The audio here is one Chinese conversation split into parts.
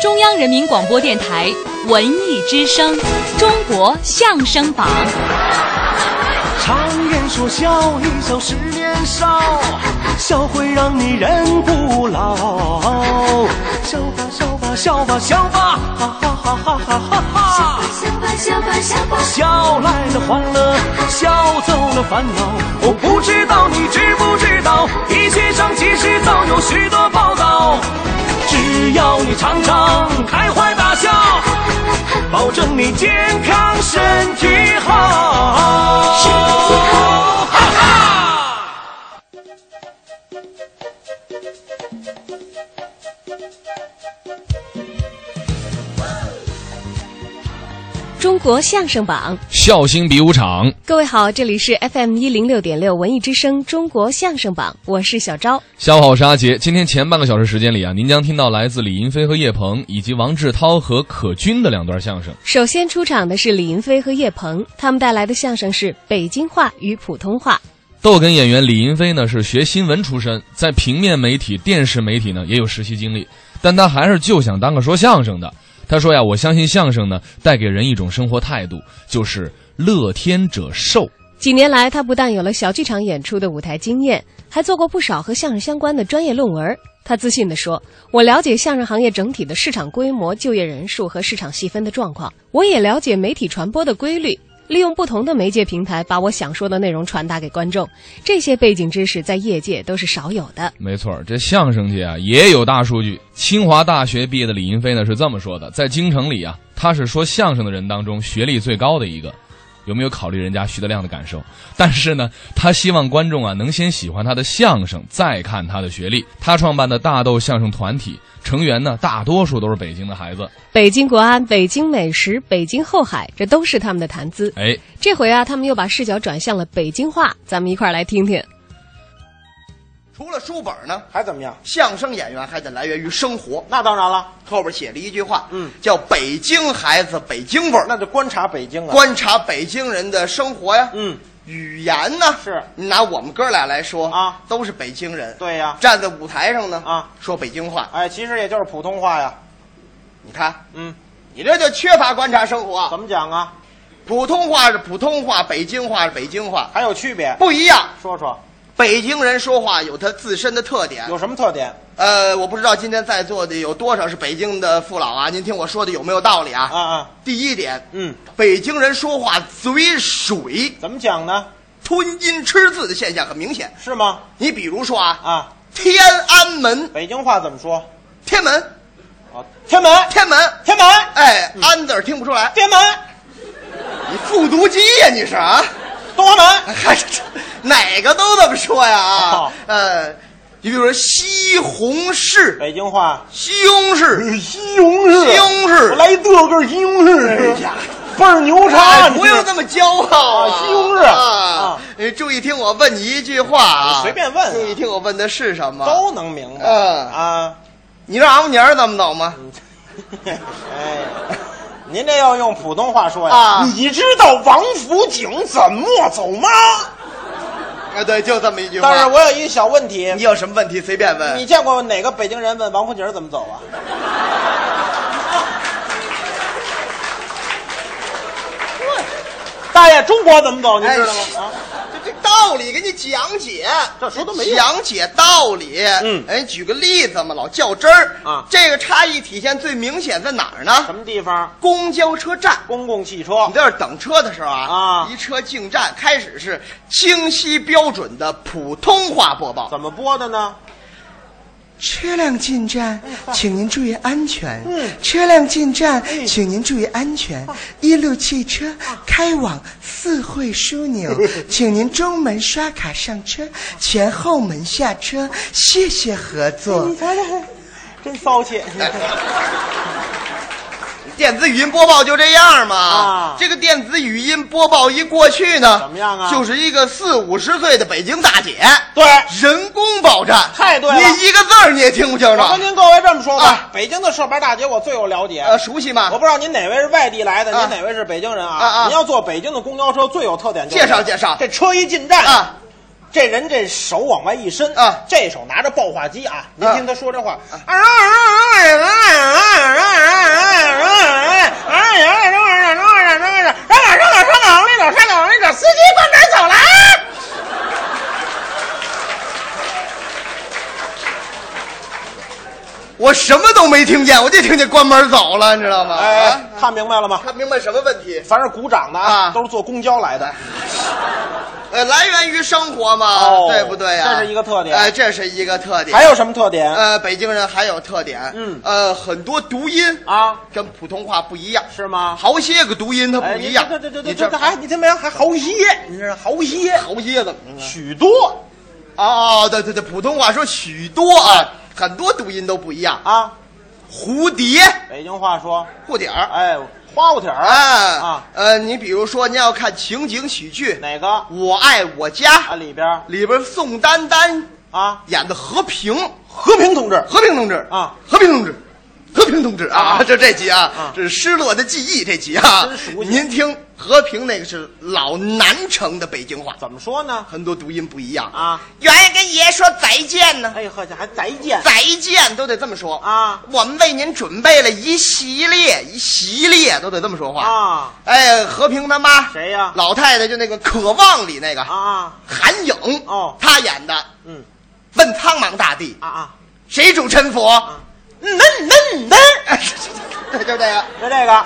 中央人民广播电台文艺之声《中国相声榜》。常言说笑一笑十年少，笑会让你人不老。笑吧笑吧笑吧笑吧，哈哈哈哈哈哈哈！笑吧笑吧笑吧笑来了欢乐，笑走了烦恼。我不知道你知不知道，一切上其实早有许多报道。只要你常常开怀大笑，保证你健康身体好。身体好，哈哈。中国相声榜，孝心比武场，各位好，这里是 FM 一零六点六文艺之声《中国相声榜》，我是小昭。下午好，我是阿杰。今天前半个小时时间里啊，您将听到来自李云飞和叶鹏，以及王志涛和可君的两段相声。首先出场的是李云飞和叶鹏，他们带来的相声是北京话与普通话。逗哏演员李云飞呢是学新闻出身，在平面媒体、电视媒体呢也有实习经历，但他还是就想当个说相声的。他说呀，我相信相声呢带给人一种生活态度，就是乐天者寿。几年来，他不但有了小剧场演出的舞台经验，还做过不少和相声相关的专业论文。他自信地说：“我了解相声行业整体的市场规模、就业人数和市场细分的状况，我也了解媒体传播的规律，利用不同的媒介平台把我想说的内容传达给观众。这些背景知识在业界都是少有的。没错儿，这相声界啊也有大数据。清华大学毕业的李云飞呢是这么说的：在京城里啊，他是说相声的人当中学历最高的一个。有没有考虑人家徐德亮的感受？但是呢，他希望观众啊能先喜欢他的相声，再看他的学历。他创办的大豆相声团体成员呢，大多数都是北京的孩子。北京国安、北京美食、北京后海，这都是他们的谈资。哎，这回啊，他们又把视角转向了北京话，咱们一块儿来听听。除了书本呢，还怎么样？相声演员还得来源于生活。那当然了，后边写了一句话，嗯叫“北京孩子北京味儿那就观察北京”，了。啊观察北京人的生活呀，嗯，语言呢是你拿我们哥俩来说啊，都是北京人，对呀站在舞台上呢啊，说北京话，哎，其实也就是普通话呀。你看嗯，你这就缺乏观察生活啊怎。么讲啊？普通话是普通话，北京话是北京话，还有区别？不一样。说说北京人说话有他自身的特点，有什么特点？呃，我不知道今天在座的有多少是北京的父老啊，您听我说的有没有道理啊啊，第一点，嗯，北京人说话嘴水、怎么讲呢？吞音吃字的现象很明显。是吗？你比如说啊，啊，天安门，北京话怎么说？天门，啊，天门，天门，天门，嗯哎，安字儿听不出来，天门，你复读机呀、你是啊？东华门，还是哪个都这么说呀？啊哦，呃，你比如说西红柿，北京话。嗯西红柿，西红柿西红柿我来这个西红柿，哎呀倍儿牛叉！哎你不用这么骄傲啊啊西红柿啊啊！呃注意听我问你一句话啊，你随便问啊注意听我问的是什么？都能明白。嗯啊，你让俺们娘儿怎么懂吗？哎，您这要用普通话说呀？啊你知道王府井怎么走吗？啊，对，就这么一句话。但是我有一小问题，你有什么问题随便问你。见过哪个北京人问王府井怎么走 啊？大爷，中国怎么走？您知道吗？哎啊，这这道理给你讲解，这说都没用讲解道理。嗯哎，举个例子嘛，老较真儿啊这个差异体现最明显在哪儿什呢？么地方？公交车站。公共汽车你在这儿等车的时候啊，啊一车进站，开始是清晰标准的普通话播报。怎么播的呢？车辆进站， 请您注意安全。嗯车辆进站，请您注意安全。一路汽车开往四惠枢 纽，请您中门刷卡上车，前后门下车。谢谢合作哎你。瞧瞧，真 骚气！电子语音播报就这样嘛。啊这个电子语音播报一过去呢，怎么样啊就是一个四五十岁的北京大姐，对人工报站，太对了你一个字儿你也听不清我楚跟。您各位这么说吧啊，北京的社牌大街我最有了解。呃，熟悉吗？我不知道您哪位是外地来的，啊您哪位是北京人啊啊啊？您要坐北京的公交车，最有特点就是介绍介绍这车一进站啊，这人这手往外一伸啊这手拿着爆话机啊，您啊听他说这话，啊啊啊啊啊啊啊啊我什么都没听见，我就听见关门走了，你知道吗？哎啊，，看明白了吗？看明白什么问题？凡是鼓掌的啊都是坐公交来的。呃，来源于生活嘛，哦对不对呀、这是一个特点哎，这是一个特点。还有什么特点？呃，北京人还有特点，嗯呃，很多读音啊，跟普通话不一样，是吗好些个读音它不一样。对对对你对，哎这这还你这没还好些，你这好些，好些怎么了？许多啊啊，对对对，普通话说许多啊，很多读音都不一样。啊。蝴蝶，北京话说，蝴蝶儿，哎，花蝴蝶儿啊啊，呃，你比如说你要看情景喜剧，哪个啊我爱我家》里边儿里边宋丹丹啊？演的和平，和平同志，和平同志啊，和平同志，和平同志啊，啊这这集啊啊，这是失落的记忆这集啊真熟，悉您听和平那个是老南城的北京话，怎么说呢？很多读音不一样。啊，圆圆跟爷说再见呢，哎呵，这还再见再见都得这么说啊我们为您准备了一系列一系列都得这么说话。啊哎，和平他妈谁呀老太太就那个《渴望》里那个啊，韩颖哦她演的嗯问苍茫大地啊啊，谁主臣服？嗯嗯嗯嗯， 就这个。就这个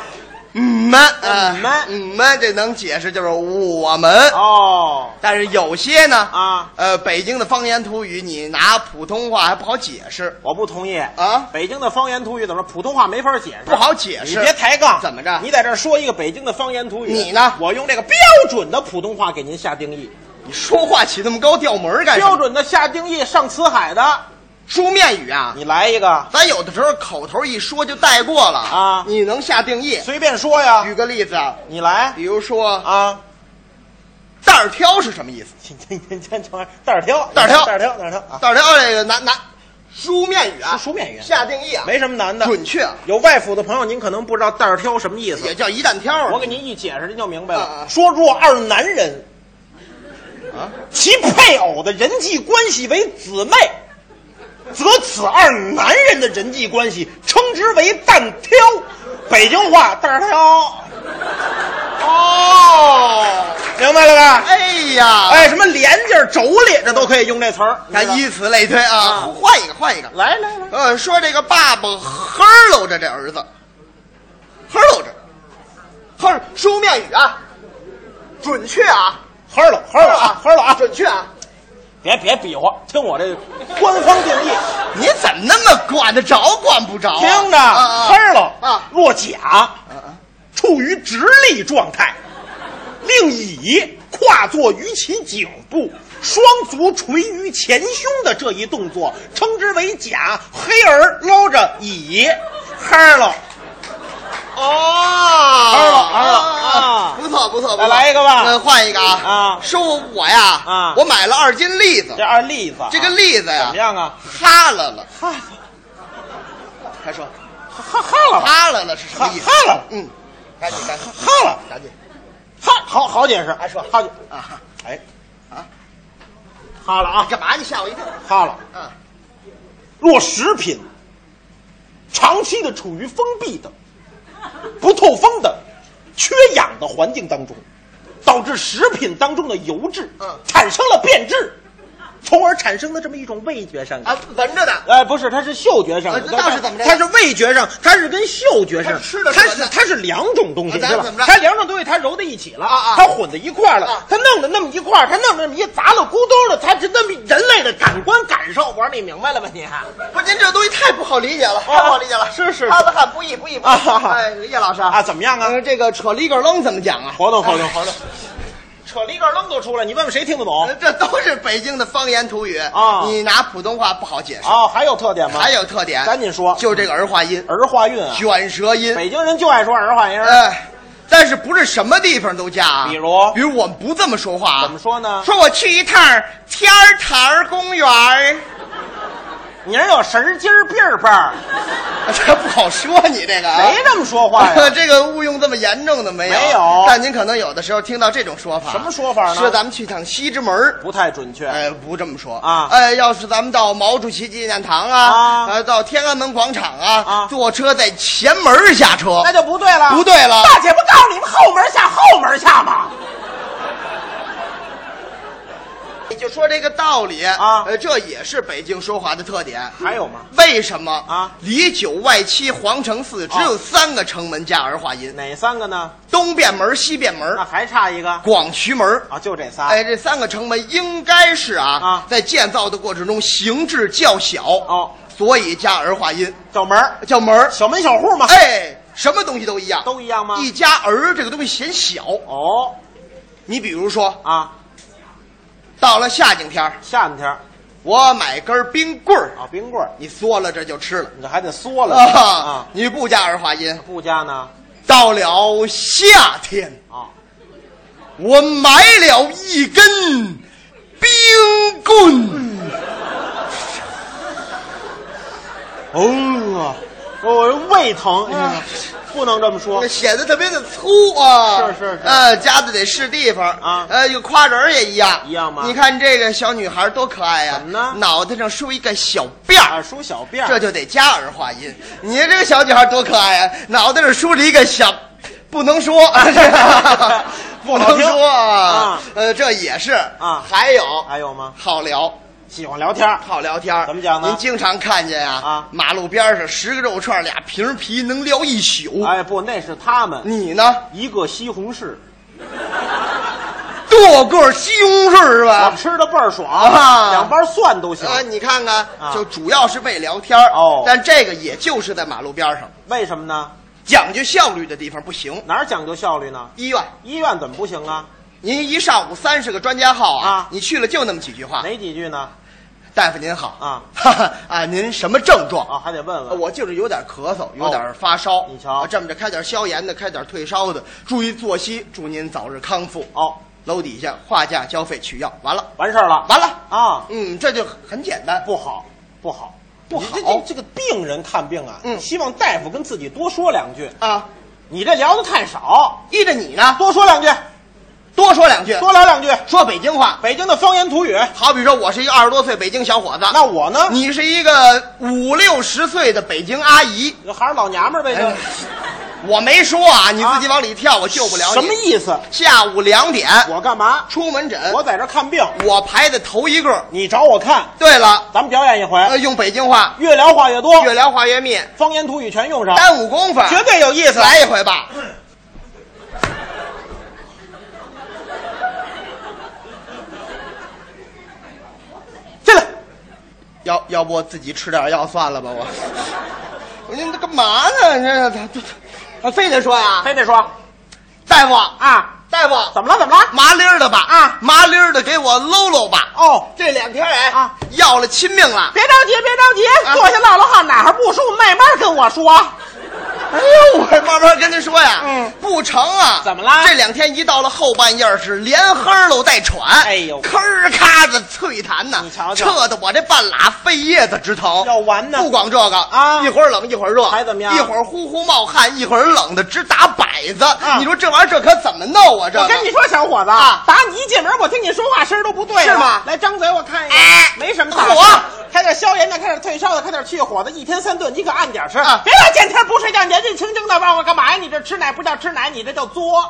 嗯们，呃嗯们嗯们，这能解释就是我们。哦但是有些呢，啊，呃，北京的方言土语，你拿普通话还不好解释，我不同意啊北京的方言土语怎么普通话没法解释？不好解释。你别抬杠，怎么着？你在这儿说一个北京的方言土语，你呢我用这个标准的普通话给您下定义，你说话起那么高调门儿干什标么？准的下定义上辞海的，书面语啊，你来一个，咱有的时候口头一说就带过了啊你能下定义？随便说呀举，个例子啊，你来比如说啊，袋儿挑是什么意思？你你你这这玩意儿袋儿挑，袋儿挑袋儿挑，袋儿挑啊，袋儿挑这个拿拿书面语啊，书面语下定义啊，没什么难的，准确啊有外府的朋友，您可能不知道袋儿挑什么意思也，叫一蛋挑啊。我给您一解释，您就明白啊啊了。说若二男人啊，其配偶的人际关系为姊妹，则此二男人的人际关系称之为“蛋挑”，北京话“蛋挑哦，”，明白了吧？哎呀，哎，什么连襟儿、妯娌，这都可以用这词儿。咱知道依此类推啊，换一个，换一个。来来来，呃，说这个爸爸呵喽着这儿子，呵喽着，呵，书面语啊，准确啊，呵喽呵喽啊，呵喽啊，准确啊。别别比划，听我这官方定义， 你怎么那么管得着管不着啊？听着，啊啊呵喽啊落甲，处于直立状态，令乙跨坐于其颈部，双足垂于前胸的这一动作，称之为甲。黑儿搂着乙，嗨了，哦，二了二了啊不错不错，不错再来一个吧呃换一个啊啊说我呀啊我买了二斤栗子这，二例子啊，这个栗子怎呀么样啊？哈了了，哈他说哈哈了，哈了了是什么哈意思？哈了，嗯，赶紧赶紧哈了，赶紧哈，好好解释，还说哈解，啊！哎，啊，哈了啊，干嘛？你吓我一跳哈了。啊！若食品长期的处于封闭的、不透风的、缺氧的环境当中，导致食品当中的油脂嗯产生了变质，从而产生的这么一种味觉上瘾。啊，闻着呢。哎，不是，它是嗅觉上瘾呃，那是怎么着它是味觉上，它是跟嗅觉上它，是吃的它是是吧它是两种东西，啊咱对吧怎么着它两种东西它揉在一起了，啊啊它混在一块儿了啊，它弄的那么一块儿，它弄得那么一砸了咕嘟的，它是那么人类的感官感受。我说你明白了吗？你还。不是，您这东西太不好理解了，太不好理解了。哦是是汉子汉不易不易不易。啊哈哈哎，叶老师啊，，怎么样啊？呃，这个扯里个楞怎么讲啊？活动活动活动，扯里个楞都出来，你问问谁听得懂呃？这都是北京的方言土语啊你拿普通话不好解释。哦，还有特点吗？还有特点，赶紧说就这个儿化音、儿化韵啊，卷舌音，北京人就爱说儿化音儿。哎，但是不是什么地方都加啊？比如比如我们不这么说话啊，怎么说呢说我去一趟天儿坛儿公园儿，你这有神儿筋儿、病儿辈儿， 这不好说你这个啊。谁这么说话呀？ 这个误用这么严重的没有？没有但您可能有的时候听到这种说法，什么说法呢说咱们去趟西直门儿。不太准确。哎，不这么说啊哎，要是咱们到毛主席纪念堂啊，啊呃，到天安门广场啊，啊坐车在前门儿下车，那就不对了，不对了大姐不告诉你们后门下，后门下吗？就说这个道理啊呃，这也是北京说话的特点。嗯还有吗？为什么啊哦里九外七皇城四只有三个城门加儿化音，哪三个呢？东便门、西便门、那还差一个广渠门。啊，就这仨。哎，这三个城门应该是啊，啊在建造的过程中形制较小哦，所以加儿化音小门儿叫门儿。小门小户嘛。，哎，什么东西都一样，都一样吗一加儿这个东西显小。哦你比如说，啊，到了夏景天儿夏天儿我买根冰棍儿，啊，冰棍儿，你嗦了这就吃了你这还得缩了啊啊。。你不加儿化音，不加呢到了夏天，啊，我买了一根冰棍。嗯啊，我胃疼，嗯 不能这么说那。显得特别的粗啊，是是是呃，夹的得是地方啊呃，有夸人儿也一样，一样吗你看这个小女孩多可爱呀、怎么呢脑袋上梳一个小辫儿，啊，梳小辫儿，这就得加儿化音。你这个小女孩多可爱啊，脑袋上梳着一个小，不能说，啊 不能说啊呃，这也是啊还有还有吗？好聊。喜欢聊天儿，好聊天儿怎么讲呢您经常看见呀、啊马路边上十个肉串，俩瓶啤，能聊一宿。哎，不，那是他们你呢？一个西红柿，剁个西红柿是吧我？吃的倍儿爽，啊两瓣蒜都行。啊，你看看，啊就主要是为聊天儿哦但这个也就是在马路边上，为什么呢？讲究效率的地方不行。哪儿讲究效率呢？医院，医院怎么不行啊？您一上午三十个专家号啊，啊你去了就那么几句话。哪几句呢？大夫您好啊，哈哈 啊，您什么症状？呃啊，还得问问。我就是有点咳嗽，有点发烧。你瞧啊这么着开点消炎的，开点退烧的，注意作息，祝您早日康复。哦，楼底下话价交费取药，完了，完事儿了，完了。啊，嗯，这就很简单。不好，不好，不好你这这这个病人看病啊，嗯希望大夫跟自己多说两句。啊，你这聊的太少，依着你呢，多说两句，多说两句，多聊两句。说北京话。北京的方言土语，好比说，我是一个二十多岁北京小伙子，那我呢？你是一个五六十岁的北京阿姨。你还是老娘们儿呗，哎就我没说啊，你自己往里跳，我救不了你。什么意思？下午两点，我干嘛？出门诊，我在这儿看病，我排的头一个。你找我看，对了，咱们表演一回，呃，用北京话，越聊话越多，越聊话越密，方言土语全用上，耽误功夫，绝对有意思。来一回吧。进来，要要不我自己吃点药算了吧，我。我说你这干嘛呢？你这他他他非得说呀？非得说大夫啊，大夫，怎么了？怎么了？麻溜儿的吧？啊麻溜儿的给我搂搂吧。哦，这两天哎啊，要了亲命了。别着急，别着急，啊坐下唠唠汗，哪儿不舒服慢慢跟我说。哎呦，我慢慢跟他说呀，嗯，不成啊，怎么啦这两天一到了后半夜是连哼喽带喘，哎呦吭儿咔的脆痰呐，你瞧瞧撤得我这半拉肺叶子直疼，要完呢不光这个啊一会儿冷一会儿热，还怎么样一会儿呼呼冒汗，一会儿冷的直打摆子，啊你说这玩意儿这可怎么弄啊？这个我跟你说，小伙子，啊打你一进门，我听你说话声儿都不对了是吗来，张嘴，我看一眼，哎没什么大事火开点消炎的，开点退烧的，开点去火的，一天三顿你可按点吃，啊别老见天不睡觉，年纪轻轻的问我干嘛呀？你这吃奶不叫吃奶，你这叫作，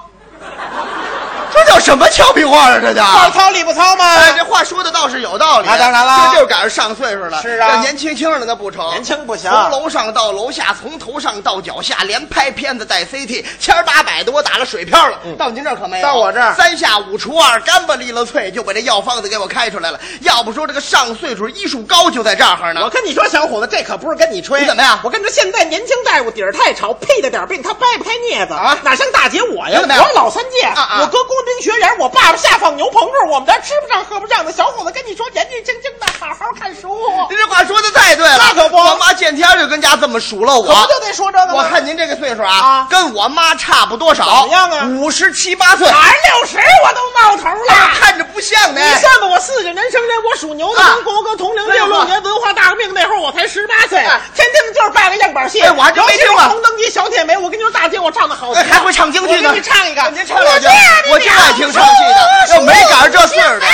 这叫什么俏皮话啊？这叫。话糙理不糙吗？哎，这话说的倒是有道理。那当然啦这就是赶上上岁数了。是啊这年轻轻的那不成，年轻不行从楼上到楼下，从头上到脚下，连拍片子带 CT，千儿八百的我打了水漂了。到您这儿可没有，嗯到我这儿三下五除二，干巴利了脆就把这药方子给我开出来了。要不说这个上岁数医术高就在这儿呢。我跟你说，小伙子，这可不是跟你吹。你怎么样我跟你说，现在年轻大夫底儿太潮，屁了点儿病，他掰不开镊子啊哪像大姐我你呀？怎么样我是老三届，啊啊我哥工兵学员，我爸爸下放牛棚住，我们家吃不上喝不上的。小伙子，跟你说，年纪轻轻的，好好看书，您这话说的太对了，那可不我妈见天儿就跟家这么数落我，可不就得说这个吗我看您这个岁数啊，啊跟我妈差不多少，怎么样啊五十七八岁，俺六十我都冒头哎了。看着不像呢。你算吧，我四九年生人，我属牛的，啊跟国哥同龄，哎呦六六年文化大革命那会儿我才十八岁哎，天天就是拜个样板戏。哎我还真尤没其是听过哎红灯记小铁梅，我跟你说，大姐我唱的好极了，还会唱京剧呢，我给你唱一个，啊您唱两句，我就爱听唱戏的，要要没赶上这岁数的，啊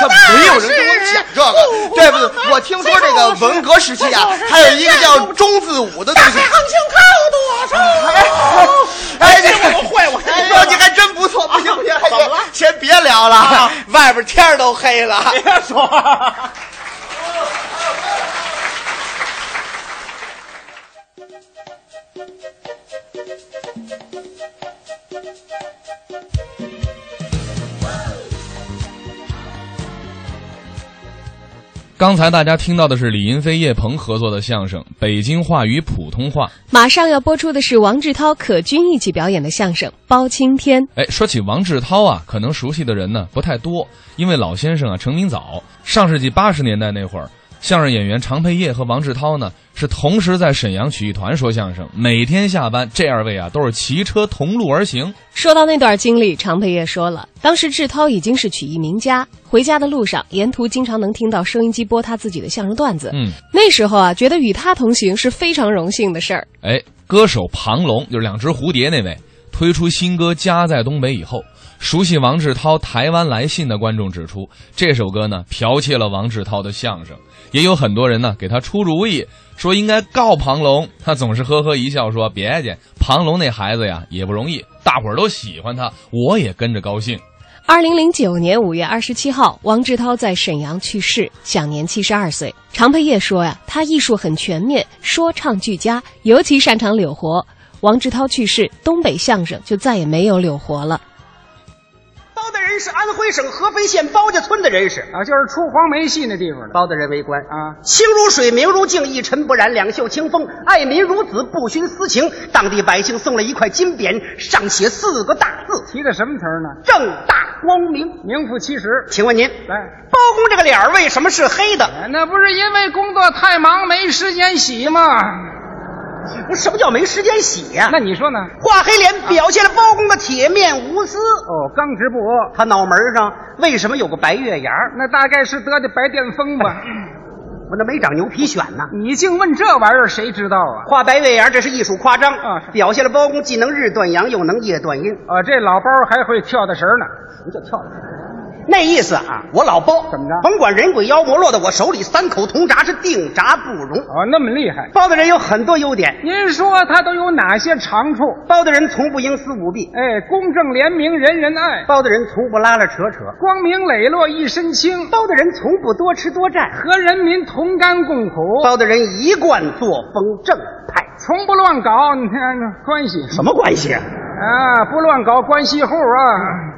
他没有人跟我讲这个，对不对？我听说这个文革时期啊，还有一个叫中字舞的东 大西海。航行哎靠多少？哎，这我会，我跟啊哎你呦说，你还真不错，不行不行，怎么了先别聊了，万外边天儿都黑了。啊别说，刚才大家听到的是李云飞、叶鹏合作的相声《北京话与普通话》。马上要播出的是王志涛、可君一起表演的相声《包青天》。哎，说起王志涛啊，可能熟悉的人呢不太多，因为老先生啊成名早。上世纪八十年代那会儿，相声演员常佩业和王志涛呢是同时在沈阳曲艺团说相声，每天下班这二位啊都是骑车同路而行。说到那段经历，常佩业说了，当时志涛已经是曲艺名家，回家的路上，沿途经常能听到收音机播他自己的相声段子。嗯，那时候啊，觉得与他同行是非常荣幸的事儿。哎，歌手庞龙就是两只蝴蝶那位，推出新歌《家在东北》以后，熟悉王志涛《台湾来信》的观众指出，这首歌呢剽窃了王志涛的相声，也有很多人呢给他出主意，说应该告庞龙，他总是呵呵一笑说：“别介，庞龙那孩子呀也不容易，大伙儿都喜欢他，我也跟着高兴。”二零零九年五月二十七号，王志涛在沈阳去世，享年七十二岁。常佩业说呀、他艺术很全面，说唱俱佳，尤其擅长柳活。王志涛去世，东北相声就再也没有柳活了。包大人是安徽省合肥县包家村的人士，啊，就是出黄梅戏那地方的包大人为官啊心如水，明如镜，一尘不染，两袖清风，爱民如子，不徇私情。当地百姓送了一块金匾，上写四个大字提的什么词儿呢“？正大光明名副其实。”。请问您，哎，包公这个脸儿为什么是黑的？那不是因为工作太忙没时间洗吗？不是什么叫没时间洗呀、那你说呢？画黑脸表现了包公的铁面无私。哦，刚直不阿，他脑门上为什么有个白月牙儿？那大概是得的白癜风吧？ 我那没长牛皮癣呢。你净问这玩意儿，谁知道啊？画白月牙，这是艺术夸张啊是表现了包公既能日断阳，又能夜断阴。啊，这老包还会跳的神儿呢。什么叫跳那意思啊，我老包怎么着甭管人鬼妖魔，落到我手里，三口铜铡是定铡不容。哦，那么厉害。包大人有很多优点，您说他都有哪些长处？包大人从不营私舞弊，哎，公正廉明，人人爱，包大人从不拉拉扯扯，光明磊落，一身轻，包大人从不多吃多占，和人民同甘共苦，包大人一贯作风正派。从不乱搞。你看关系什么关系啊？啊，不乱搞关系户啊！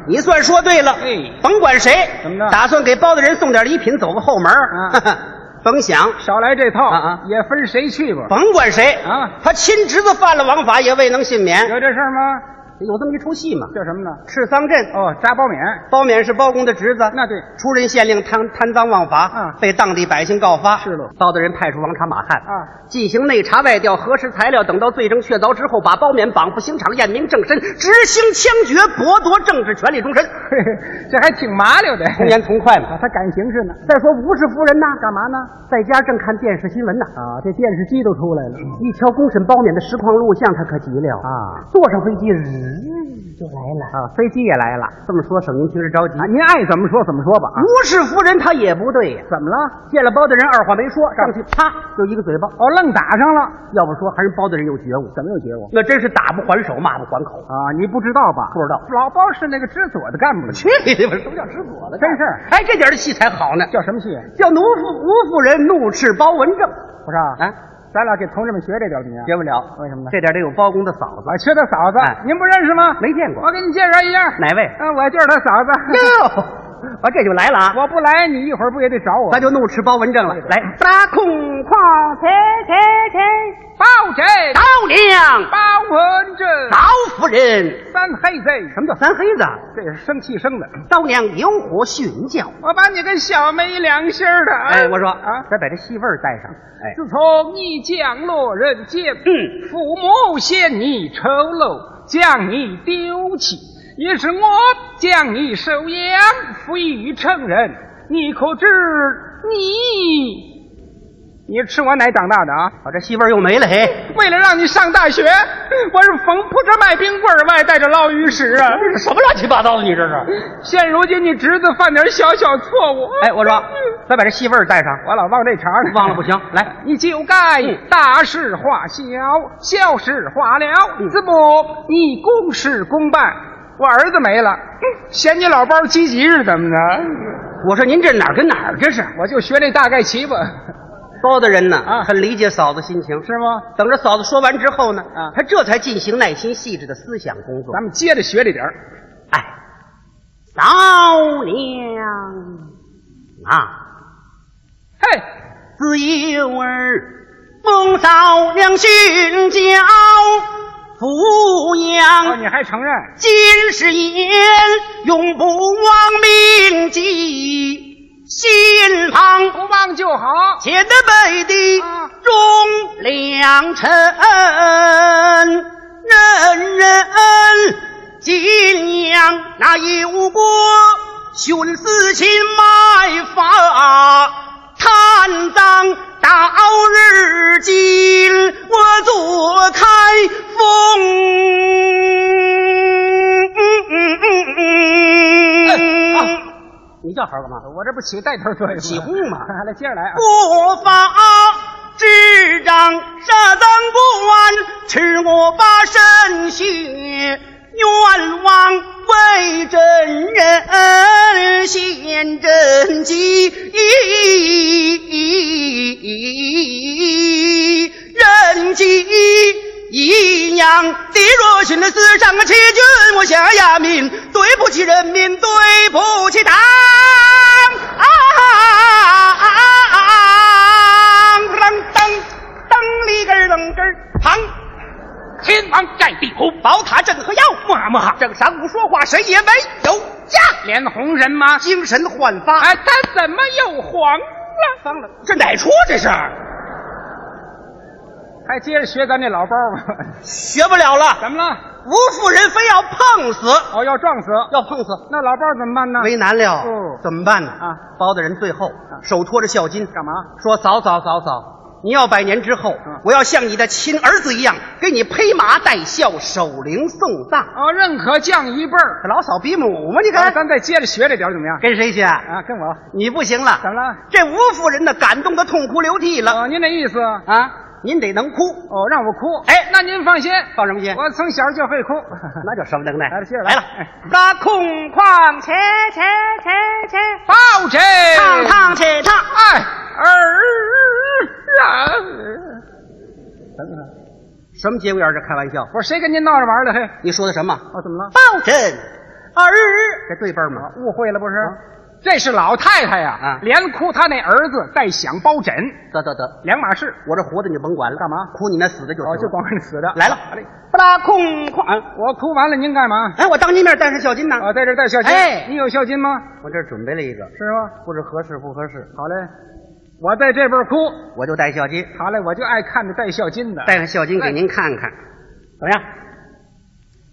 你算说对了，哎甭管谁，怎么着打算给包大人送点礼品，走个后门儿，啊哈哈， 甭想，少来这套啊啊也分谁去吧。甭管谁啊他亲侄子犯了王法也未能幸免。有这事儿吗？有这么一出戏嘛，叫什么呢？赤桑镇，哦，扎苞免。包勉是包公的侄子，那对出任县令贪贪赃枉法，啊被当地百姓告发。是喽包大人派出王察马汉，啊，进行内查外调，核实材料，等到罪证确凿之后，把包勉绑赴刑场，验明正身，执行枪决，剥夺政治权利终身。嘿嘿，这还挺麻溜的。童年同快嘛啊，。他感情是呢。再说吴氏夫人呢？干嘛呢？在家正看电视新闻呢。啊，这电视机都出来了。一瞧公审包勉的实况录像，他可急了啊！坐上飞机，日就来了啊！飞机也来了。这么说，省您听着着急。您爱怎么说怎么说吧啊！吴氏夫人她也不对呀、怎么了？见了包大人，二话没说，上去啪就一个嘴巴。哦，愣打上了要不说还是包大人有觉悟，怎么有觉悟？那真是打不还手，骂不还口。啊！你不知道吧？不知道老包是那个支左的干部。去你们！什么叫吃左的？真事儿哎，这点儿的戏才好呢。叫什么戏？啊叫奴妇吴夫人怒斥包文正，不是啊？啊，咱俩给同志们学这点怎么样？学不了。为什么呢这点儿得有包公的嫂子啊，缺他嫂子哎，您不认识吗？没见过我给你介绍一样。哪位？啊，我就是他嫂子。哟，啊，这就来了啊！我不来，你一会儿不也得找我？咱就怒斥包文正了。来，大空旷，切切切，包拯、刀娘、包文正、刀夫人，三黑贼，什么叫三黑子？这也是生气生的。刀娘有火训教。我把你跟小没良心儿的啊！哎，我说啊，咱把这戏味儿带上。哎，自从你降落人间，嗯父母嫌你丑陋，将你丢弃，也是我将你收养，抚育成人。你可知你，你吃我奶长大的啊？我这戏味儿又没了。嘿，为了让你上大学，我是缝铺着卖冰棍儿，外带着捞鱼食啊！这是什么乱七八糟的？你这是？现如今你侄子犯点小小错误，哎，我说，咱把这戏味儿带上。我老忘这茬呢，忘了不行，来，你就该大事嗯化小，小事化了。怎么你公事公办？我儿子没了，嗯嫌你老包积极是怎么着？我说您这哪儿跟哪儿这是？我就学这大概齐吧，包大人呢，啊很理解嫂子心情。是吗？等着嫂子说完之后呢，啊他这才进行耐心细致的思想工作咱。们接着学这点儿。哎，嫂娘啊，嘿，自幼儿孟嫂娘训教抚哦，养你，还承认？今世言永不忘铭记，心旁不忘就好。前的北的啊忠良臣，人人敬仰那一无过，徇私情卖法，贪赃到日今我坐开封。哎啊你叫好干嘛？我这不起带头作用吗？起哄嘛 来，接着来啊！我法执掌杀当官，吃我八身血，冤枉为真人献真迹，人迹。一样的若寻的思想啊，欺君我下压民，对不起人民，对不起党啊！当当当里根儿楞根儿，旁天王盖地虎，宝塔镇河妖，嘛嘛正晌午说话谁也没有家，脸红什么？精神焕发。哎，他怎么又黄了？脏了，这哪出这是？还接着学咱这老包吧？ 学不了了，怎么了？无妇人非要碰死，哦，要撞死？要碰死。那老包怎么办呢？为难了，哦怎么办呢？啊，包大人最后手托着孝巾，干嘛？嗯说嫂嫂嫂嫂，你要百年之后，我要像你的亲儿子一样，给你披麻戴孝，守灵送葬。哦，认可降一辈儿。可老嫂逼母嘛，你咱看，咱再接着学这点儿怎么样？跟谁去？啊，跟我你不行了，怎么了？这吴夫人呢，感动的痛哭流涕了哦，您这意思啊？啊！您得能哭，哦，让我哭。哎那您放心，放什么心？我从小就会哭。 那叫什 么能耐？来了接着来来了哎，那空旷且且且且，抱着，烫烫且烫。哎，儿啊！什么节骨眼儿这开玩笑？我谁跟您闹着玩儿了？嘿，你说的什么？哦，怎么了？哦抱枕儿，这对辈儿吗？误会了不是？这是老太太呀，啊连哭她那儿子带响包枕，得得得，两码事。我这活的你甭管了，干嘛哭你那死的就行哦，了就光看死的。来了，不拉空旷。我哭完了，您干嘛？哎，我当您面戴上孝巾呢。啊，在这儿带孝巾。哎你有孝巾吗？我这儿准备了一个，是吗？不知合适不合适，好嘞，我在这边哭。我就戴孝巾，好嘞，我就爱看着带孝巾的。哎戴上孝巾给您看看，怎么样？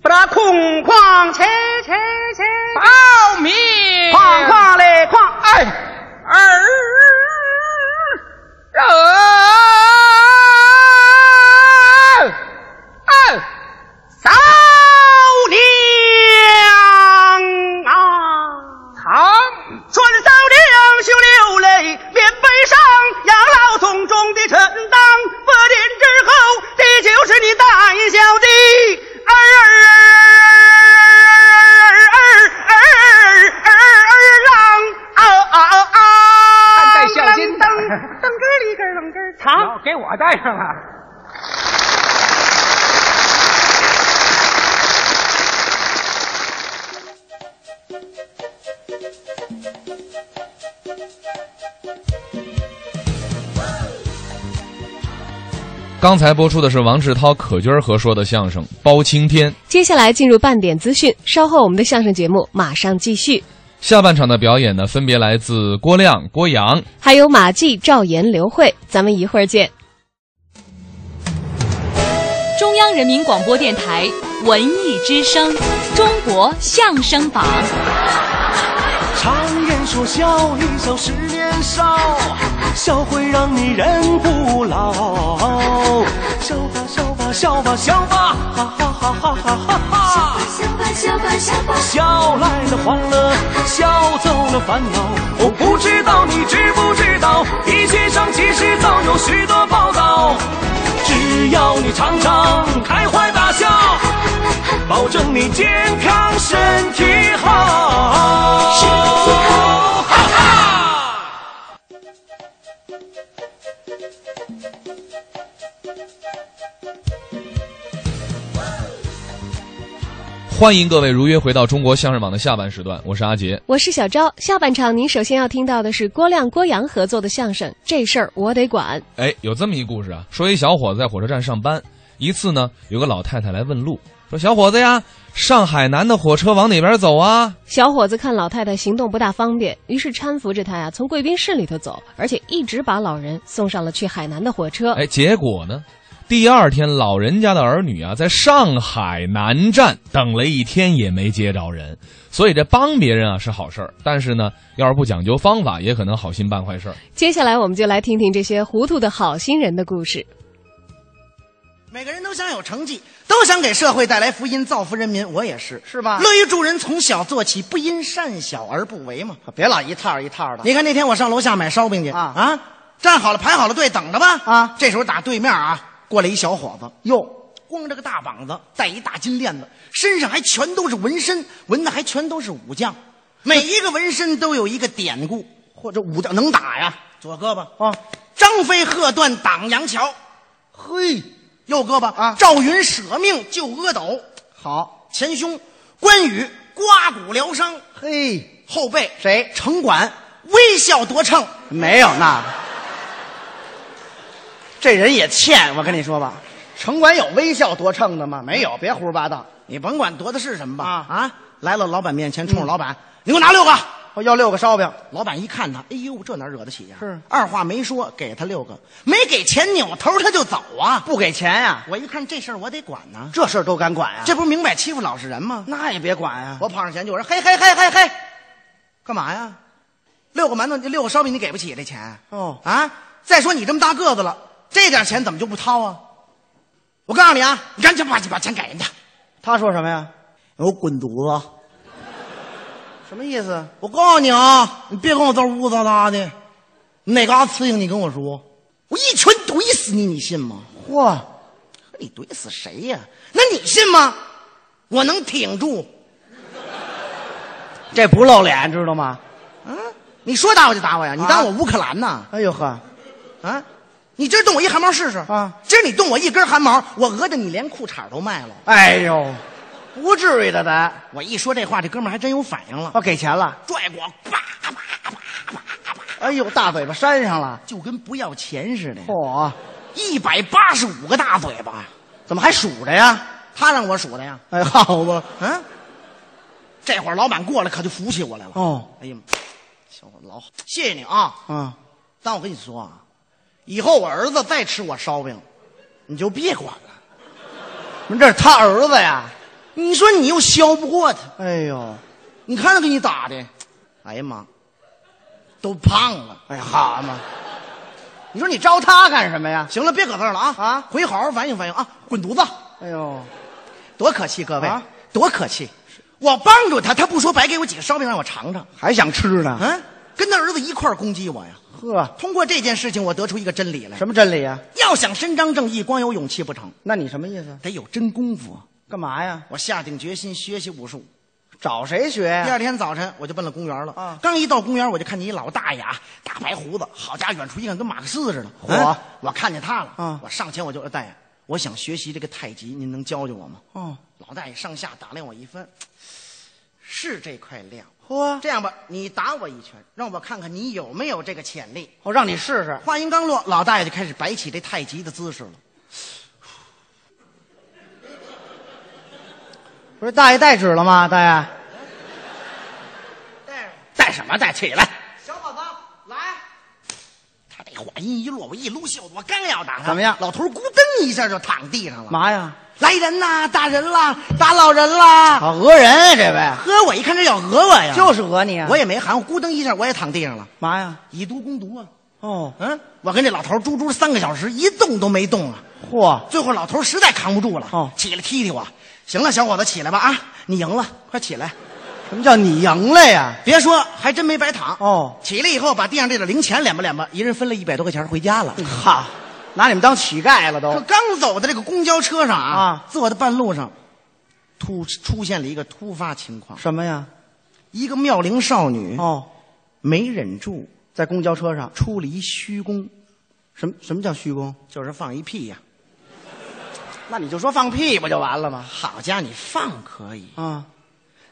不拉空旷，切切切，报名，旷旷嘞旷。哎，儿人，哎，嫂娘啊！藏穿扫两袖流泪，面背上养老送终的陈当。百年之后，这就是你大小的儿儿儿儿郎啊啊啊！噔噔根里根楞根好长，哦给我戴上了。刚才播出的是王志涛、可军儿合说的相声《包青天》，接下来进入半点资讯，稍后我们的相声节目马上继续，下半场的表演呢，分别来自郭亮、郭阳。还有马季、赵岩、刘慧，咱们一会儿见。中央人民广播电台文艺之声《中国相声榜》。常言说笑一笑十年少，笑会让你人不老。笑吧笑吧笑吧笑吧，哈哈哈哈哈哈哈！笑来了欢乐，笑走了烦恼。我不知道你知不知道，一切上其实早有许多报道。只要你常常开怀大笑，保证你健康身体好。身体好，哈哈。欢迎各位如约回到中国相声榜的下半时段，我是阿杰。我是小昭。下半场您首先要听到的是郭亮、郭阳合作的相声《这事儿我得管》。哎，有这么一故事啊，说一小伙子在火车站上班，一次呢，有个老太太来问路，说小伙子呀，上海南的火车往哪边走啊？小伙子看老太太行动不大方便，于是搀扶着她呀、从贵宾室里头走，而且一直把老人送上了去海南的火车。哎，结果呢，第二天老人家的儿女啊，在上海南站等了一天也没接着人，所以这帮别人啊是好事儿，但是呢，要是不讲究方法，也可能好心办坏事儿。接下来我们就来听听这些糊涂的好心人的故事。每个人都想有成绩，都想给社会带来福音，造福人民。我也是，是啊吧乐于助人，从小做起，不因善小而不为嘛。别老一套一套的。你看那天我上楼下买烧饼去啊站好了排好了队等着吧啊这时候打对面啊过来一小伙子，哟，光着个大膀子，戴一大金链子，身上还全都是纹身，纹的还全都是武将，每一个纹身都有一个典故或者武将能打呀，左胳膊啊，张飞喝断挡阳桥，嘿，右胳膊啊赵云舍命救阿斗，好，前胸关羽刮骨疗伤，嘿，后背谁城管微笑夺秤，没有那，这人也欠。我跟你说吧，城管有微笑多秤的吗？没有，别胡说八道。你甭管夺的是什么吧啊嗯啊！来了，老板面前冲着老板，你给我拿六个。我要六个烧饼，老板一看他，哎呦，这哪惹得起呀、是二话没说给他六个，没给钱扭头他就走啊！不给钱呀、我一看这事儿我得管呐、这事儿都敢管呀、啊这不是明摆欺负老实人吗？那也别管呀、我跑上前就说：“嘿嘿嘿嘿嘿，啊干嘛呀？六个馒头，六个烧饼，你给不起这钱？哦啊！再说你这么大个子了，这点钱怎么就不掏啊？我告诉你啊，你赶紧把把钱给人家。他说什么呀？我滚犊子！什么意思？我告诉你啊，你别跟我这儿乌糟拉的，哪嘎刺硬你跟我说，我一拳怼死你，你信吗？嚯，你怼死谁呀、那你信吗？我能挺住。 这不露脸，知道吗？啊你说打我就打我呀，你当我乌克兰呐？哎呦呵，啊，你今儿动我一汗毛试试啊！今儿你动我一根汗毛，我讹的你连裤衩都卖了。哎呦，不至于的，咱我一说这话，这哥们儿还真有反应了我，哦给钱了。拽过，叭叭叭，哎呦，大嘴巴扇上了。就跟不要钱似的，嚯、一百八十五个大嘴巴，怎么还数着呀？他让我数的呀。哎，好吧，嗯、这会儿老板过来可就扶起我来了。哦，哎呀妈，小伙子老好，谢谢你啊！啊，但我跟你说啊，以后我儿子再吃我烧饼，你就别管了。您这是他儿子呀？你说你又削不过他，哎呦，你看他给你打的，哎呀妈，都胖了。哎呀，好嘛，你说你招招他干什么呀？行了，别搁这儿了啊啊回好好反省反省啊！滚犊子，哎呦，多可气，各位，啊多可气！我帮助他，他不说白给我几个烧饼让我尝尝，还想吃呢？嗯、跟他儿子一块儿攻击我呀。呵，通过这件事情，我得出一个真理来：什么真理呀？要想伸张正义，光有勇气不成，那你什么意思？得有真功夫啊。干嘛呀？我下定决心学习武术。找谁学呀第二天早晨，我就奔了公园了。啊刚一到公园，我就看见一老大爷啊，大白胡子，好家伙，远处一看跟马克思似的。嚯嗯我看见他了。啊我上前我就说呃大爷，我想学习这个太极，您能教教我吗？嗯哦，老大爷上下打量我一番，是这块料。嚯，这样吧，你打我一拳，让我看看你有没有这个潜力。我哦让你试试。话音刚落，老大爷就开始摆起这太极的姿势了。 不是大爷带纸了吗？大爷，对，带什么带？起来！小伙子，来。他这话音一落，我一撸袖子，我刚要打他，怎么样老头儿咕噔一下就躺地上了。嘛呀？来人呐，打人啦，打老人啦！啊，讹人啊，这位呵，我一看这要讹我呀，就是讹你啊！我也没含糊，咕噔一下我也躺地上了，嘛呀？以毒攻毒啊！哦，嗯，我跟这老头儿足足三个小时，一动都没动啊。嚯，最后老头儿实在扛不住了，哦起来踢踢我。行了，小伙子，起来吧啊！你赢了，快起来！什么叫你赢了呀？别说，还真没白躺。哦，起来以后把地上这点零钱敛吧敛吧，一人分了一百多块钱回家了。哈，拿你们当乞丐可了都。刚走到这个公交车上啊，啊坐到半路上，突出现了一个突发情况，什么呀？一个妙龄少女哦，没忍住在公交车上出了一虚功。什么什么叫虚功？就是放一屁呀、 那你就说放屁不就完了吗？好家伙，你放可以啊，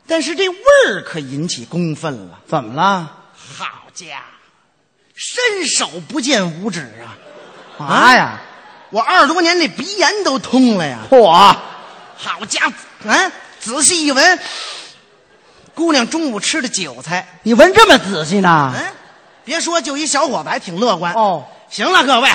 但是这味儿可引起公愤了。怎么了？好家伙，伸手不见五指啊！嘛哎呀？我二十多年那鼻炎都通了呀！嚯，好家伙，啊，仔细一闻，姑娘中午吃的韭菜，啊你闻这么仔细呢？别说，就一小伙子还挺乐观。哦，行了，各位，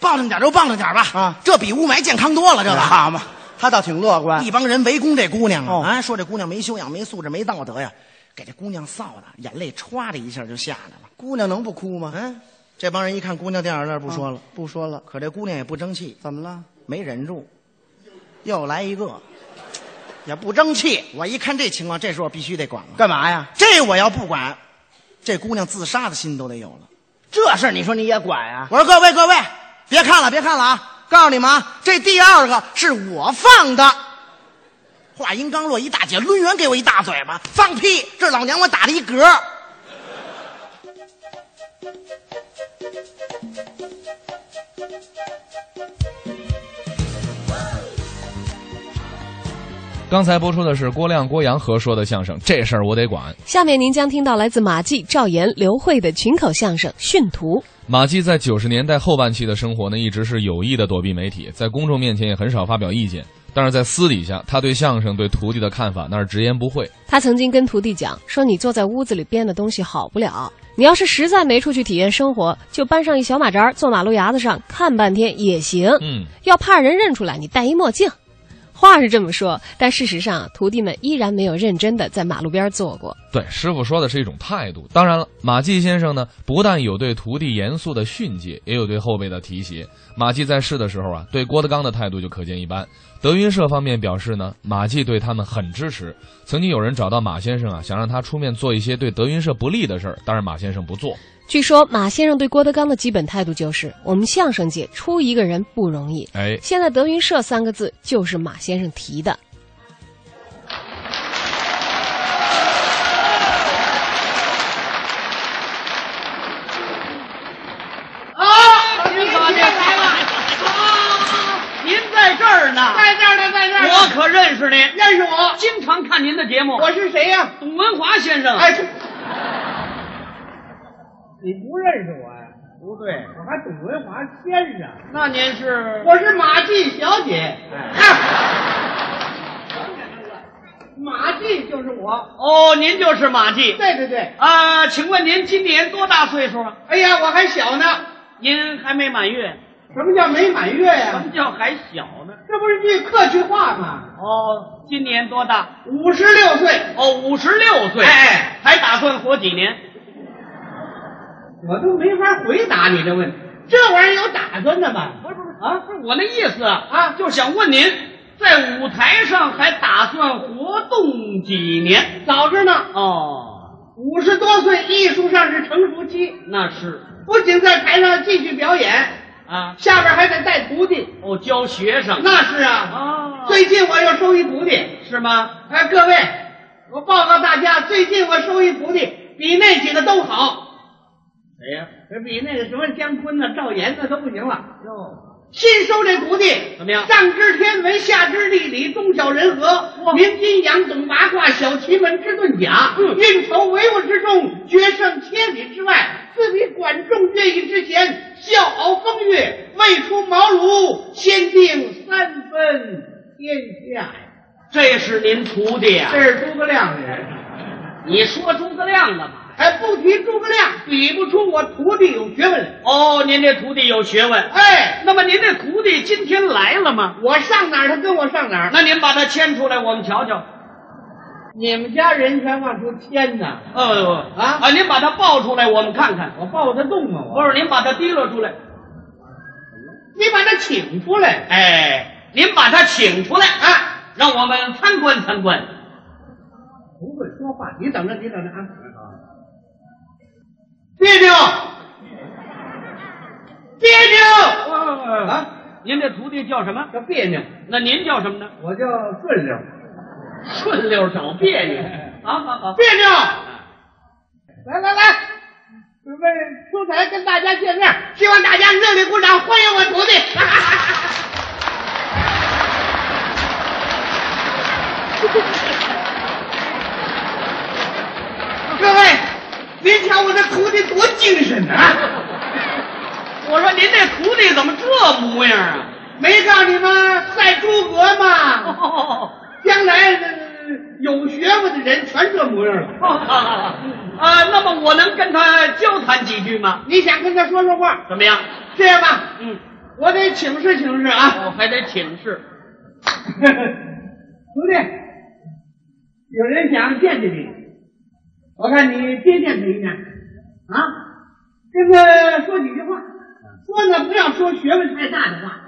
棒着点就棒着点吧。啊，这比雾霾健康多了，这个好嘛。他倒挺乐观。一帮人围攻这姑娘啊，啊，说这姑娘没修养、没素质、没道德呀，给这姑娘臊的，眼泪歘的一下就下来了。姑娘能不哭吗？嗯，这帮人一看姑娘掉眼泪，不说了、不说了。可这姑娘也不争气，怎么了？没忍住，又来一个。也不争气，我一看这情况，这时候必须得管了。干嘛呀？这我要不管，这姑娘自杀的心都得有了。这事儿你说你也管啊？我说各位各位，别看了别看了啊！告诉你们啊，这第二个是我放的。话音刚落，一大姐抡圆给我一大嘴巴，放屁！这老娘我打了一嗝。刚才播出的是郭亮、郭阳合说的相声，这事儿我得管。下面您将听到来自马季、赵岩、刘慧的群口相声《训徒》。马季在九十年代后半期的生活呢，一直是有意的躲避媒体，在公众面前也很少发表意见。但是在私底下，他对相声、对徒弟的看法那是直言不讳。他曾经跟徒弟讲说：“你坐在屋子里编的东西好不了，你要是实在没出去体验生活，就搬上一小马扎儿坐马路牙子上看半天也行。嗯，要怕人认出来，你戴一墨镜。”话是这么说，但事实上，徒弟们依然没有认真的在马路边坐过。对，师傅说的是一种态度。当然了，马季先生呢，不但有对徒弟严肃的训诫，也有对后辈的提携。马季在世的时候啊，对郭德纲的态度就可见一斑。德云社方面表示呢，马季对他们很支持。曾经有人找到马先生啊，想让他出面做一些对德云社不利的事儿，但是马先生不做。据说马先生对郭德纲的基本态度就是：我们相声界出一个人不容易。哎，现在“德云社”三个字就是马先生提的。啊，您可别来了！啊，您在这儿呢，在这儿呢，在这儿。我可认识你，认识我，经常看您的节目。我是谁呀？董文华先生。哎，你不认识我呀？不对，我还董文华先生。那您是？我是马季小姐。马季就是我。哦，您就是马季。对对对。啊，请问您今年多大岁数啊？哎呀，我还小呢。您还没满月。什么叫没满月呀什么叫还小呢？这不是句客气话吗？哦，今年多大？五十六岁。哦，五十六岁。哎，还打算活几年？我都没法回答你这问题。这玩意儿有打算的吗？不是不是啊，不是我那意思啊啊，就想问您，在舞台上还打算活动几年？早着呢。哦，五十多岁，艺术上是成熟期，那是不仅在台上继续表演，啊，下边还得带徒弟。哦，教学生那是啊，啊，最近我又收一徒弟。是吗？哎，各位，我报告大家，最近我收一徒弟，比那几个都好，谁呀？比那个什么姜昆呐、赵岩呐都不行了。哟，新收这徒弟怎么样上知天文，下知地理，中晓人和，明阴阳，懂八卦，晓奇门之遁甲，嗯运筹帷幄之中，决胜千里之外，自比管仲、乐毅之前，笑傲风月，未出茅庐，先定三分天下。这是您徒弟啊呀、这是诸葛亮的人，你说诸葛亮干嘛？哎，不提诸葛亮，比不出我徒弟有学问来。哦，您这徒弟有学问。哎，那么您这徒弟今天来了吗？我上哪儿，他跟我上哪儿。那您把他牵出来，我们瞧瞧。你们家人全往出牵呐。呃啊啊！您把他抱出来，我们看看。我抱得动吗？不是，您把他提溜出来。你把他请出来。哎，您把他请出来啊，让我们参观参观。不会说话，你等着，你等着啊。别扭，别扭，啊啊，您这徒弟叫什么？这别扭，那您叫什么呢？我叫顺溜。顺溜找别扭。哎好好好，别扭来来来，准备出彩跟大家见面，希望大家热烈鼓掌，欢迎我徒弟。各位，您瞧我这徒弟多精神啊！我说您这徒弟怎么这模样啊？没告诉你们赛诸葛吗？将来呃有学问的人全这模样了。哦啊，那么我能跟他交谈几句吗？你想跟他说说话？怎么样？这样吧，嗯，我得请示请示啊。我哦 还得请示。徒弟，有人想见见你，我看你接见他一面啊。这个说几句话，说呢不要说学问太大的话，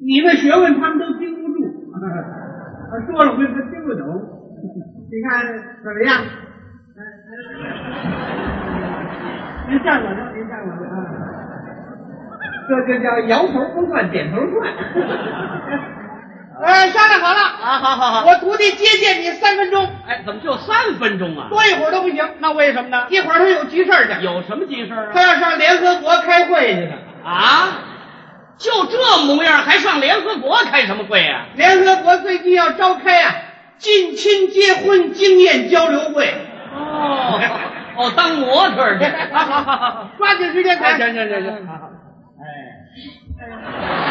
你的学问他们都经不住， 说了会他听不懂。 你看怎么样？您站稳了，您站稳了啊！这就叫摇头不转，点头转。 呃，商量好了啊，好好好，我徒弟接见你三分钟，哎，怎么就三分钟啊？多一会儿都不行。那为什么呢？一会儿他有急事儿去，有什么急事儿啊？他要上联合国开会去呢。啊，就这模样还上联合国开什么会啊呀、联合国最近要召开啊，近亲结婚经验交流会。哦，哦，当模特儿去。好好好好好，抓紧时间谈。嗯行行行哎行，好好。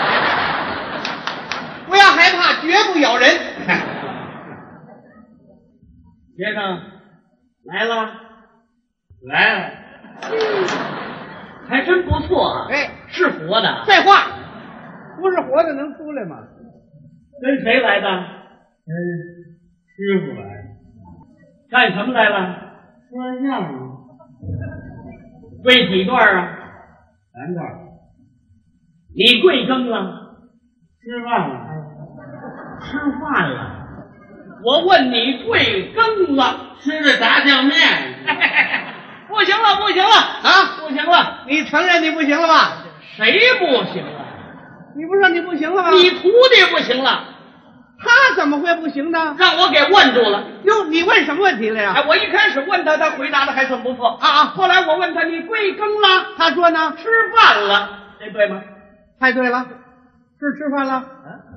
哎，不要害怕，绝不咬人。先生来了，来了，还真不错啊。哎，是活的。废话，不是活的能出来吗？跟谁来的？嗯，师傅来。干什么来了？说相声。跪几段啊？三段。你跪更了？吃饭了，吃饭了。我问你跪更了？吃的炸酱面。不行了，不行了啊！不行了，你承认你不行了吧？谁不行了？你不说你不行了吗？你徒弟不行了，他怎么会不行呢？让我给问住了。哟，你问什么问题了呀？哎，我一开始问他，他回答的还算不错啊啊后来我问他，你跪更了？他说呢，吃饭了，这对吗？啊太对了，是吃饭了。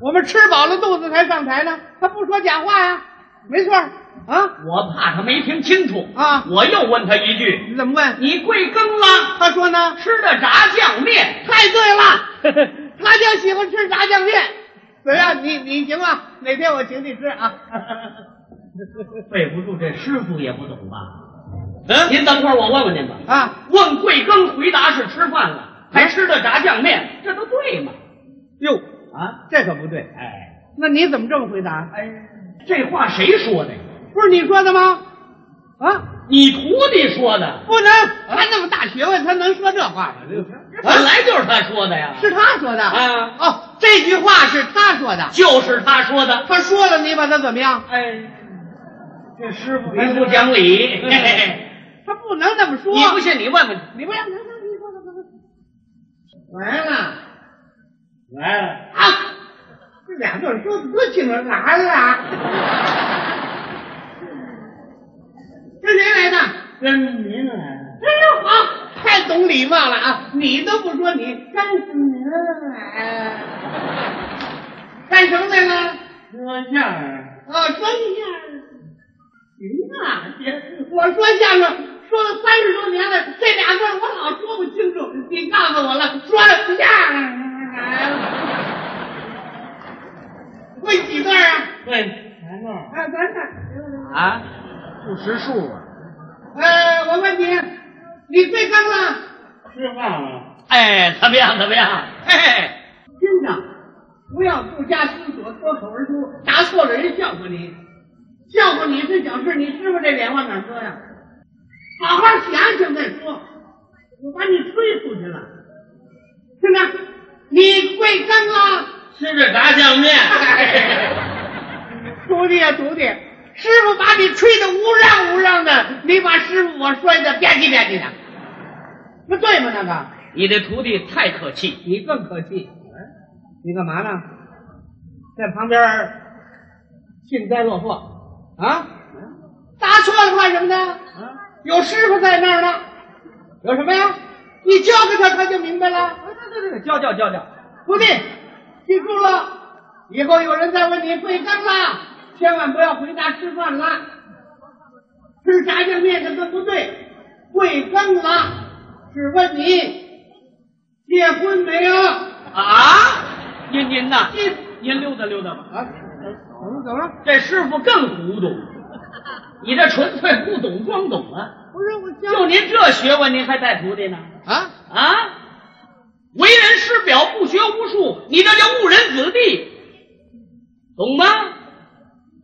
我们吃饱了肚子才上台呢，他不说假话呀，没错儿啊。我怕他没听清楚啊我又问他一句你怎么问：“？你跪更了？他说呢，吃的炸酱面。太对 了，他就喜欢吃炸酱面。怎么样？你你行吗？哪天我请你吃啊？ 背不住，这师傅也不懂吧？嗯，您等会儿我问问您吧。啊，哎问贵庚，回答是吃饭了，还吃的炸酱面，这都对吗？哟，啊，这可不对。哎，那你怎么这么回答？这话谁说的呀？不是你说的吗？啊，你徒弟说的，啊不能，他那么大学问，他能说这话吗？这本来就是他说的呀，是他说的啊哦，这句话是他说的，就是他说的。他说了，你把他怎么样？哎，这师傅还您不讲理，嘿嘿嘿嗯他不能那么说。你不信你问问。你不要，你说你说你说哎完了来了。啊！这俩字儿说得多清楚，完了。这谁来的？跟您来，哎呦，好，太懂礼貌了啊！你都不说你，干什么来？干什么来了？说相声，啊，说相声。行啊，我说相声说了三十多年了，这俩字儿我老说不清楚，你告诉我了，说相声来了。会几段啊？对，三段。啊，三段。啊，不识数啊。呃，我问你，你最刚了？吃饭了。哎，怎么样？怎么样？哎，听着，不要不加思索脱口而出，答错了人笑话你，笑话你是小事，你师傅这脸往哪搁呀？好好想想再说，我把你推出去了。听着，你会干吗？吃着炸酱面。 徒弟呀、徒弟，师傅把你吹得乌嚷乌嚷的，你把师傅我摔得吧唧吧唧的，那对吗？那个你这徒弟太可气，嗯你更可气，你干嘛呢？在旁边幸灾乐祸啊！答错了干什么呢？有师傅在那儿呢，有什么呀？你教给他，他就明白了。啊对对对，教教教教，徒弟，记住了，以后有人再问你贵庚啦，千万不要回答吃饭啦，吃炸酱面的都不对，贵庚啦，只问你结婚没有啊？您您呐，您溜达溜达吧。啊，怎么怎么了？这师傅更古董，你这纯粹不懂装懂啊！不是我教就您这学问，您还带徒弟呢？啊啊！为人师表，不学无术，你这叫误人子弟，懂吗？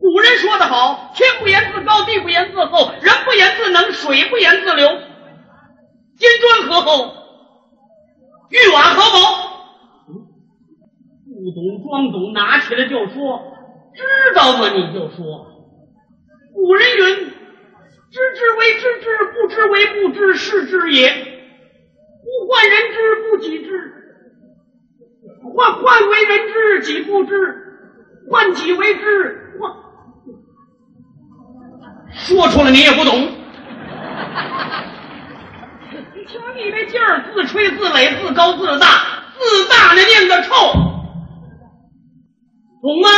古人说得好：“天不言自高，地不言自厚，人不言自能，水不言自流。金砖何厚？玉瓦何薄？”不懂装懂，拿起来就说，知道吗？你就说。古人云：“知之为知之，不知为不知，是知也。不患人之不己知，患患为人知己不知，患己为知患。”说出来你也不懂。你瞧你这劲儿，自吹自擂，自高自大，自大那念个臭，懂吗？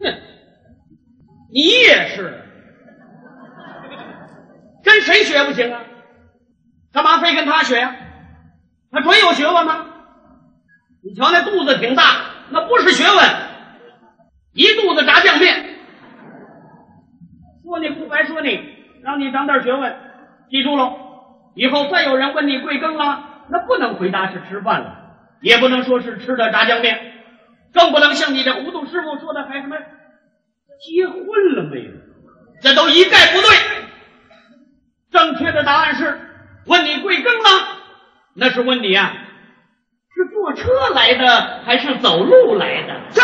哼，你也是，跟谁学不行啊？干嘛非跟他学呀、他准有学问吗？你瞧那肚子挺大，那不是学问，一肚子炸酱面。说你不白说你，让你长点学问，记住喽。以后再有人问你贵庚了，那不能回答是吃饭了，也不能说是吃的炸酱面，更不能像你这糊涂师傅说的还什么结婚了没有，这都一概不对。正确的答案是问你贵庚了，那是问你啊，是坐车来的还是走路来的？这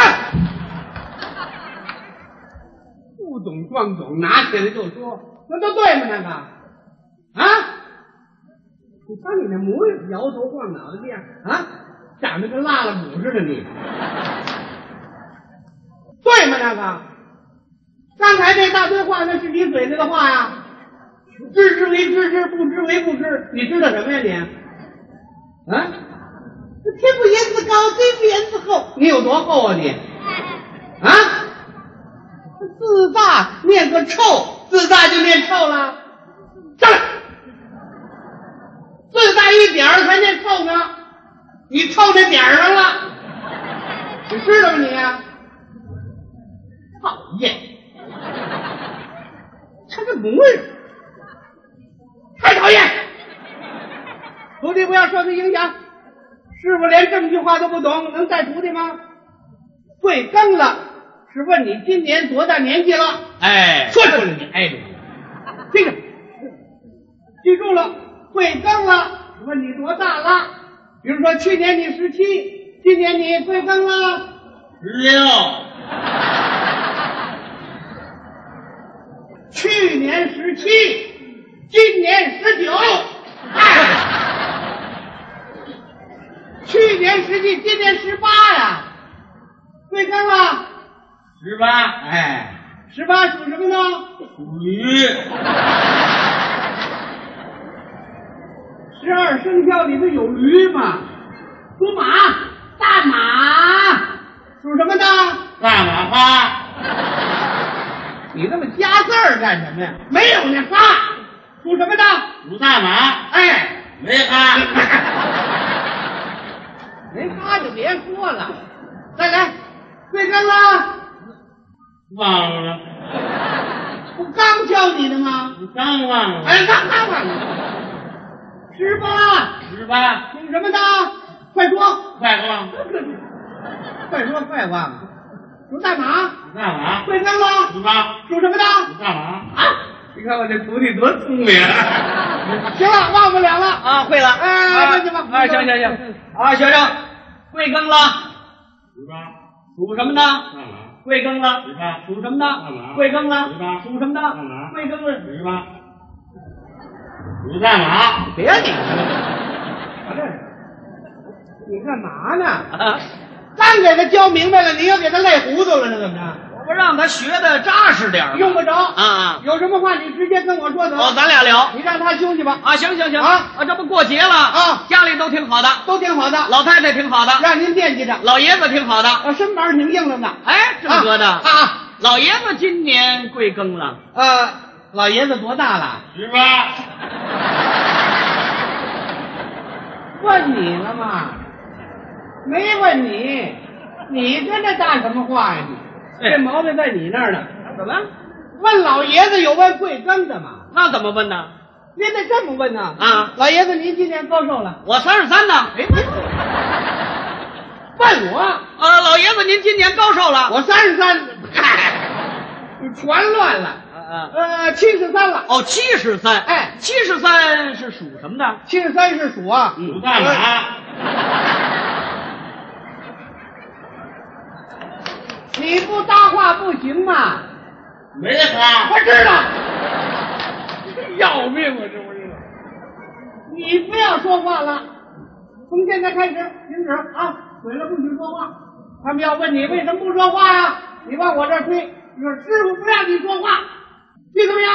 不懂装懂，拿起来就说，那都对吗？那个啊，你瞧你那模样，摇头晃脑的这样啊，长得跟拉了鼓似的你，对吗？那个刚才那大堆话，那是你嘴里的话呀。知之为知之，不知为不知。你知道什么呀你？啊？这天不言自高，地不言自厚。你有多厚 啊你？啊？自大念个臭，自大就念臭了。站来！自大一点儿才念臭呢，你臭在点儿上了，你知道吗你？啊讨厌，他这模样太讨厌！徒弟不要受他影响，师傅连这么句话都不懂，能带徒弟吗？贵庚了？是问你今年多大年纪了？哎，说出来你挨着。这个记住了，贵庚了？问你多大了？比如说去年你十七，今年你贵庚了？六，去年十七，今年十九。哎去年十七，今年十八呀，贵庚了？十八，嗯哎，十八属什么呢？属驴。十二生肖里头有驴吗？属马，大马属什么呢？大马哈，你那么加字儿干什么呀？没有那哈，属什么的？属大马，哎，没哈。 没哈就别说了。再来，贵庚了？忘了，不刚教你的吗？你刚忘了。哎，刚刚忘了。十八，十八，属什么的？快说，快忘了。快说，快忘了。属大马，干嘛？贵庚了？十八，属什么的？干嘛？啊你看我这徒弟多聪明啊！行了，忘不了了啊，会了。哎，问去吧。嗯啊，行行行，啊，学生，贵庚了？十八，属什么呢？贵庚了？十八，属什么呢？贵庚了？十八，属什么呢？贵庚了？十八，属大马。别理你干嘛呢？啊，啊刚给他教明白了，你又给他累糊涂了，这怎么着？我让他学的扎实点儿用不着啊有什么话你直接跟我说得了。哦咱俩聊你让他休息吧。啊，行行行啊啊，这不过节了啊，家里都挺好的，都挺好的，老太太挺好的，让您惦记着。老爷子挺好的，呃，身板挺硬朗的。哎，郑哥的啊啊，老爷子今年贵庚了？呃，老爷子多大了？十八。问你了吗？没问你，你跟这搭什么话呀你？这毛病在你那儿呢。啊怎么？问老爷子有问贵庚的吗？那怎么问呢？您得这么问呐。啊老爷子您今年高寿了？我三十三呢。哎，问我。呃，老爷子您今年高寿了？我三十三，嗨，全乱了。呃，七十三了。啊哦，七十三。哎，七十三是属什么的？七十三是鼠啊。你干嘛？你不搭话不行嘛。没法我知道。要命啊，这不是？你不要说话了，从现在开始停止啊！鬼了不许说话。他们要问你为什么不说话呀、你往我这儿推，你说师傅不让你说话，记住没有？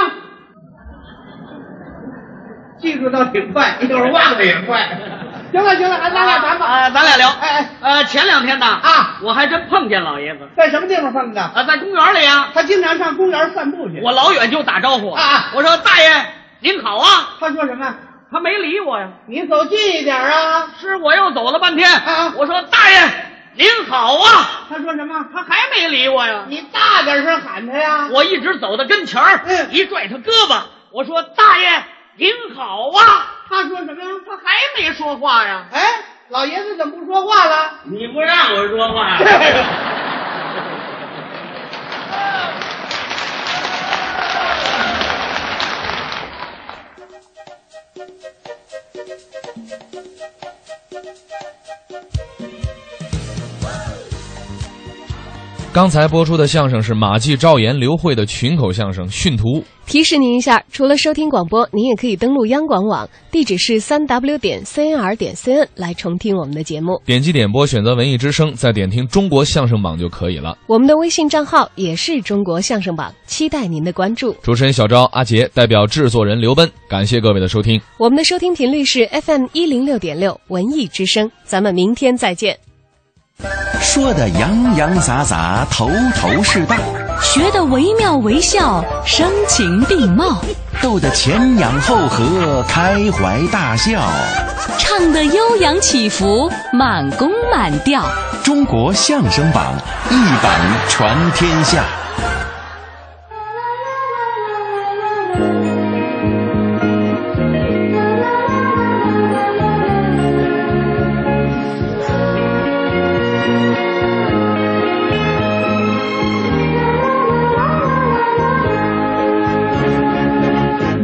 记住倒挺快，一会儿忘的也快。行了行了，咱俩谈吧。啊，咱俩聊。哎哎，呃，前两天呢，啊，我还真碰见老爷子在什么地方碰的？啊，在公园里啊，他经常上公园散步去。我老远就打招呼啊我说大爷您好啊，他说什么？他没理我呀。你走近一点啊！是我又走了半天，啊我说大爷您好啊，他说什么？他还没理我呀。你大点声喊他呀！我一直走到跟前儿，嗯一拽他胳膊，我说大爷您好啊，他说什么呀？他还没说话呀。哎，老爷子怎么不说话了？你不让我说 话 刚才播出的相声是马季、赵岩、刘慧的群口相声《训徒》。提示您一下，除了收听广播，您也可以登录央广网，地址是三 w 点 cnr 点 cn 来重听我们的节目。点击点播选择文艺之声，再点听中国相声榜就可以了。我们的微信账号也是中国相声榜，期待您的关注。主持人小昭、阿杰代表制作人刘奔，感谢各位的收听。我们的收听频率是 FM 一零六点六文艺之声，咱们明天再见。说的洋洋洒洒，头头是道，学得惟妙惟肖，声情并茂，逗得前仰后合，开怀大笑。唱得悠扬起伏，满弓满调。中国相声榜，一榜传天下。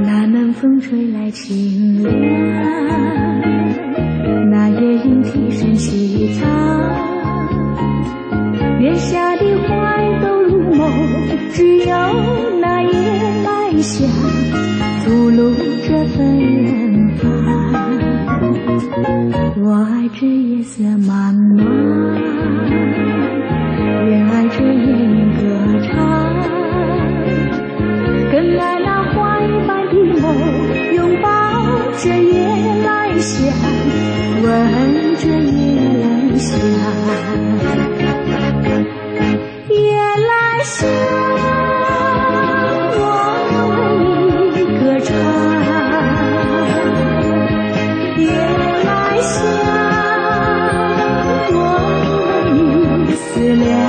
那南风吹来清凉，那夜莺啼声细唱，月下的花都入梦，只有那夜来香吐露着芬芳。我爱这夜色茫茫，也爱这夜莺歌唱。跟那那花一般的梦，拥抱着夜来香，闻着夜来香，夜来香，我为你歌唱，夜来香，我为你思量。啊